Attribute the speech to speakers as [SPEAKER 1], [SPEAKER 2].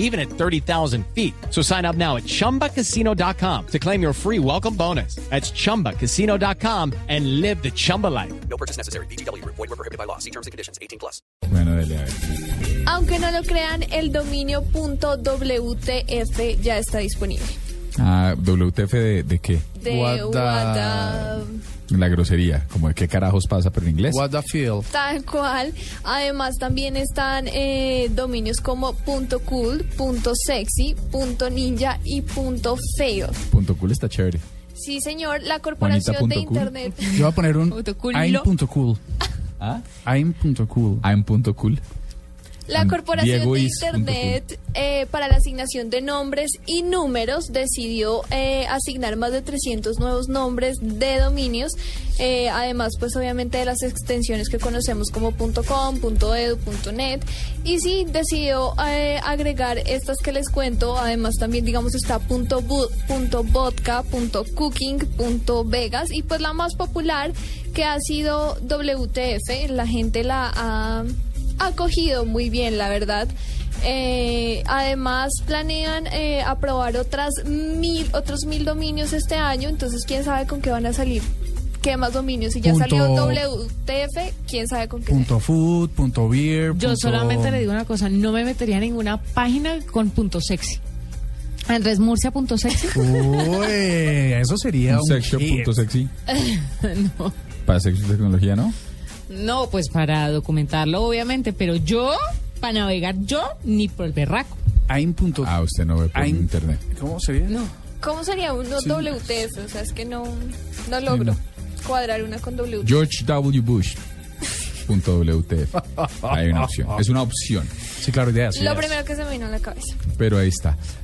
[SPEAKER 1] even at 30,000 feet. So sign up now at ChumbaCasino.com to claim your free welcome bonus. That's ChumbaCasino.com and live the Chumba life.
[SPEAKER 2] No purchase necessary. BGW. Void were prohibited by law. See terms and conditions. 18 plus.
[SPEAKER 3] Bueno, dele, a ver.
[SPEAKER 4] Aunque no lo crean, el dominio .wtf ya está disponible.
[SPEAKER 3] Ah, WTF de, de qué?
[SPEAKER 4] De
[SPEAKER 5] What the-
[SPEAKER 4] Wada-
[SPEAKER 3] La grosería, como de qué carajos pasa, pero en inglés.
[SPEAKER 5] What the field.
[SPEAKER 4] tal cual. Además también están eh, dominios como punto .cool, punto .sexy, punto .ninja y punto .fail.
[SPEAKER 3] Punto cool está chévere.
[SPEAKER 4] Sí, señor, la corporación
[SPEAKER 3] Juanita punto
[SPEAKER 4] de
[SPEAKER 3] cool.
[SPEAKER 4] internet.
[SPEAKER 5] Yo voy a poner un
[SPEAKER 6] Punto cool,
[SPEAKER 5] I'm
[SPEAKER 6] lo.
[SPEAKER 5] punto cool.
[SPEAKER 3] Ah,
[SPEAKER 5] I'm punto cool.
[SPEAKER 3] I'm punto cool.
[SPEAKER 4] La Corporación
[SPEAKER 3] Diego
[SPEAKER 4] de
[SPEAKER 3] is punto com.
[SPEAKER 4] Internet eh, para la asignación de nombres y números decidió eh, asignar más de 300 nuevos nombres de dominios, eh, además pues obviamente de las extensiones que conocemos como .com, .edu, .net y sí decidió eh, agregar estas que les cuento, además también digamos está punto bu- punto .vodka, punto .cooking, punto .vegas y pues la más popular que ha sido WTF, la gente la ha acogido muy bien, la verdad. Eh, además, planean eh, aprobar otras mil, otros mil dominios este año, entonces quién sabe con qué van a salir. ¿Qué más dominios? Si ya
[SPEAKER 5] Punto-
[SPEAKER 4] salió WTF, quién sabe con qué.
[SPEAKER 5] Punto food, punto beer.
[SPEAKER 6] Yo
[SPEAKER 5] punto-
[SPEAKER 6] solamente le digo una cosa, no me metería en ninguna página con punto sexy. Andrés Murcia punto sexy.
[SPEAKER 5] Uy, eso sería
[SPEAKER 3] Un
[SPEAKER 5] un
[SPEAKER 3] sexo
[SPEAKER 5] hit.
[SPEAKER 3] punto sexy.
[SPEAKER 6] no,
[SPEAKER 3] Para sexo y tecnología, ¿no?
[SPEAKER 6] no, pues para documentarlo obviamente, pero yo para navegar yo ni por el berraco.
[SPEAKER 5] I'm punto.
[SPEAKER 3] Ah, usted no ve por
[SPEAKER 5] I'm-
[SPEAKER 3] internet.
[SPEAKER 5] ¿Cómo sería?
[SPEAKER 6] No.
[SPEAKER 4] ¿Cómo sería uno WTF? O sea, es que no, no logro cuadrar una con WTF.
[SPEAKER 3] George W. Bush. Punto WTF. Hay una opción. Es una opción.
[SPEAKER 5] Sí, claro, ideas.
[SPEAKER 4] Lo
[SPEAKER 5] ideas.
[SPEAKER 4] primero que se me vino a la cabeza.
[SPEAKER 3] Pero ahí está.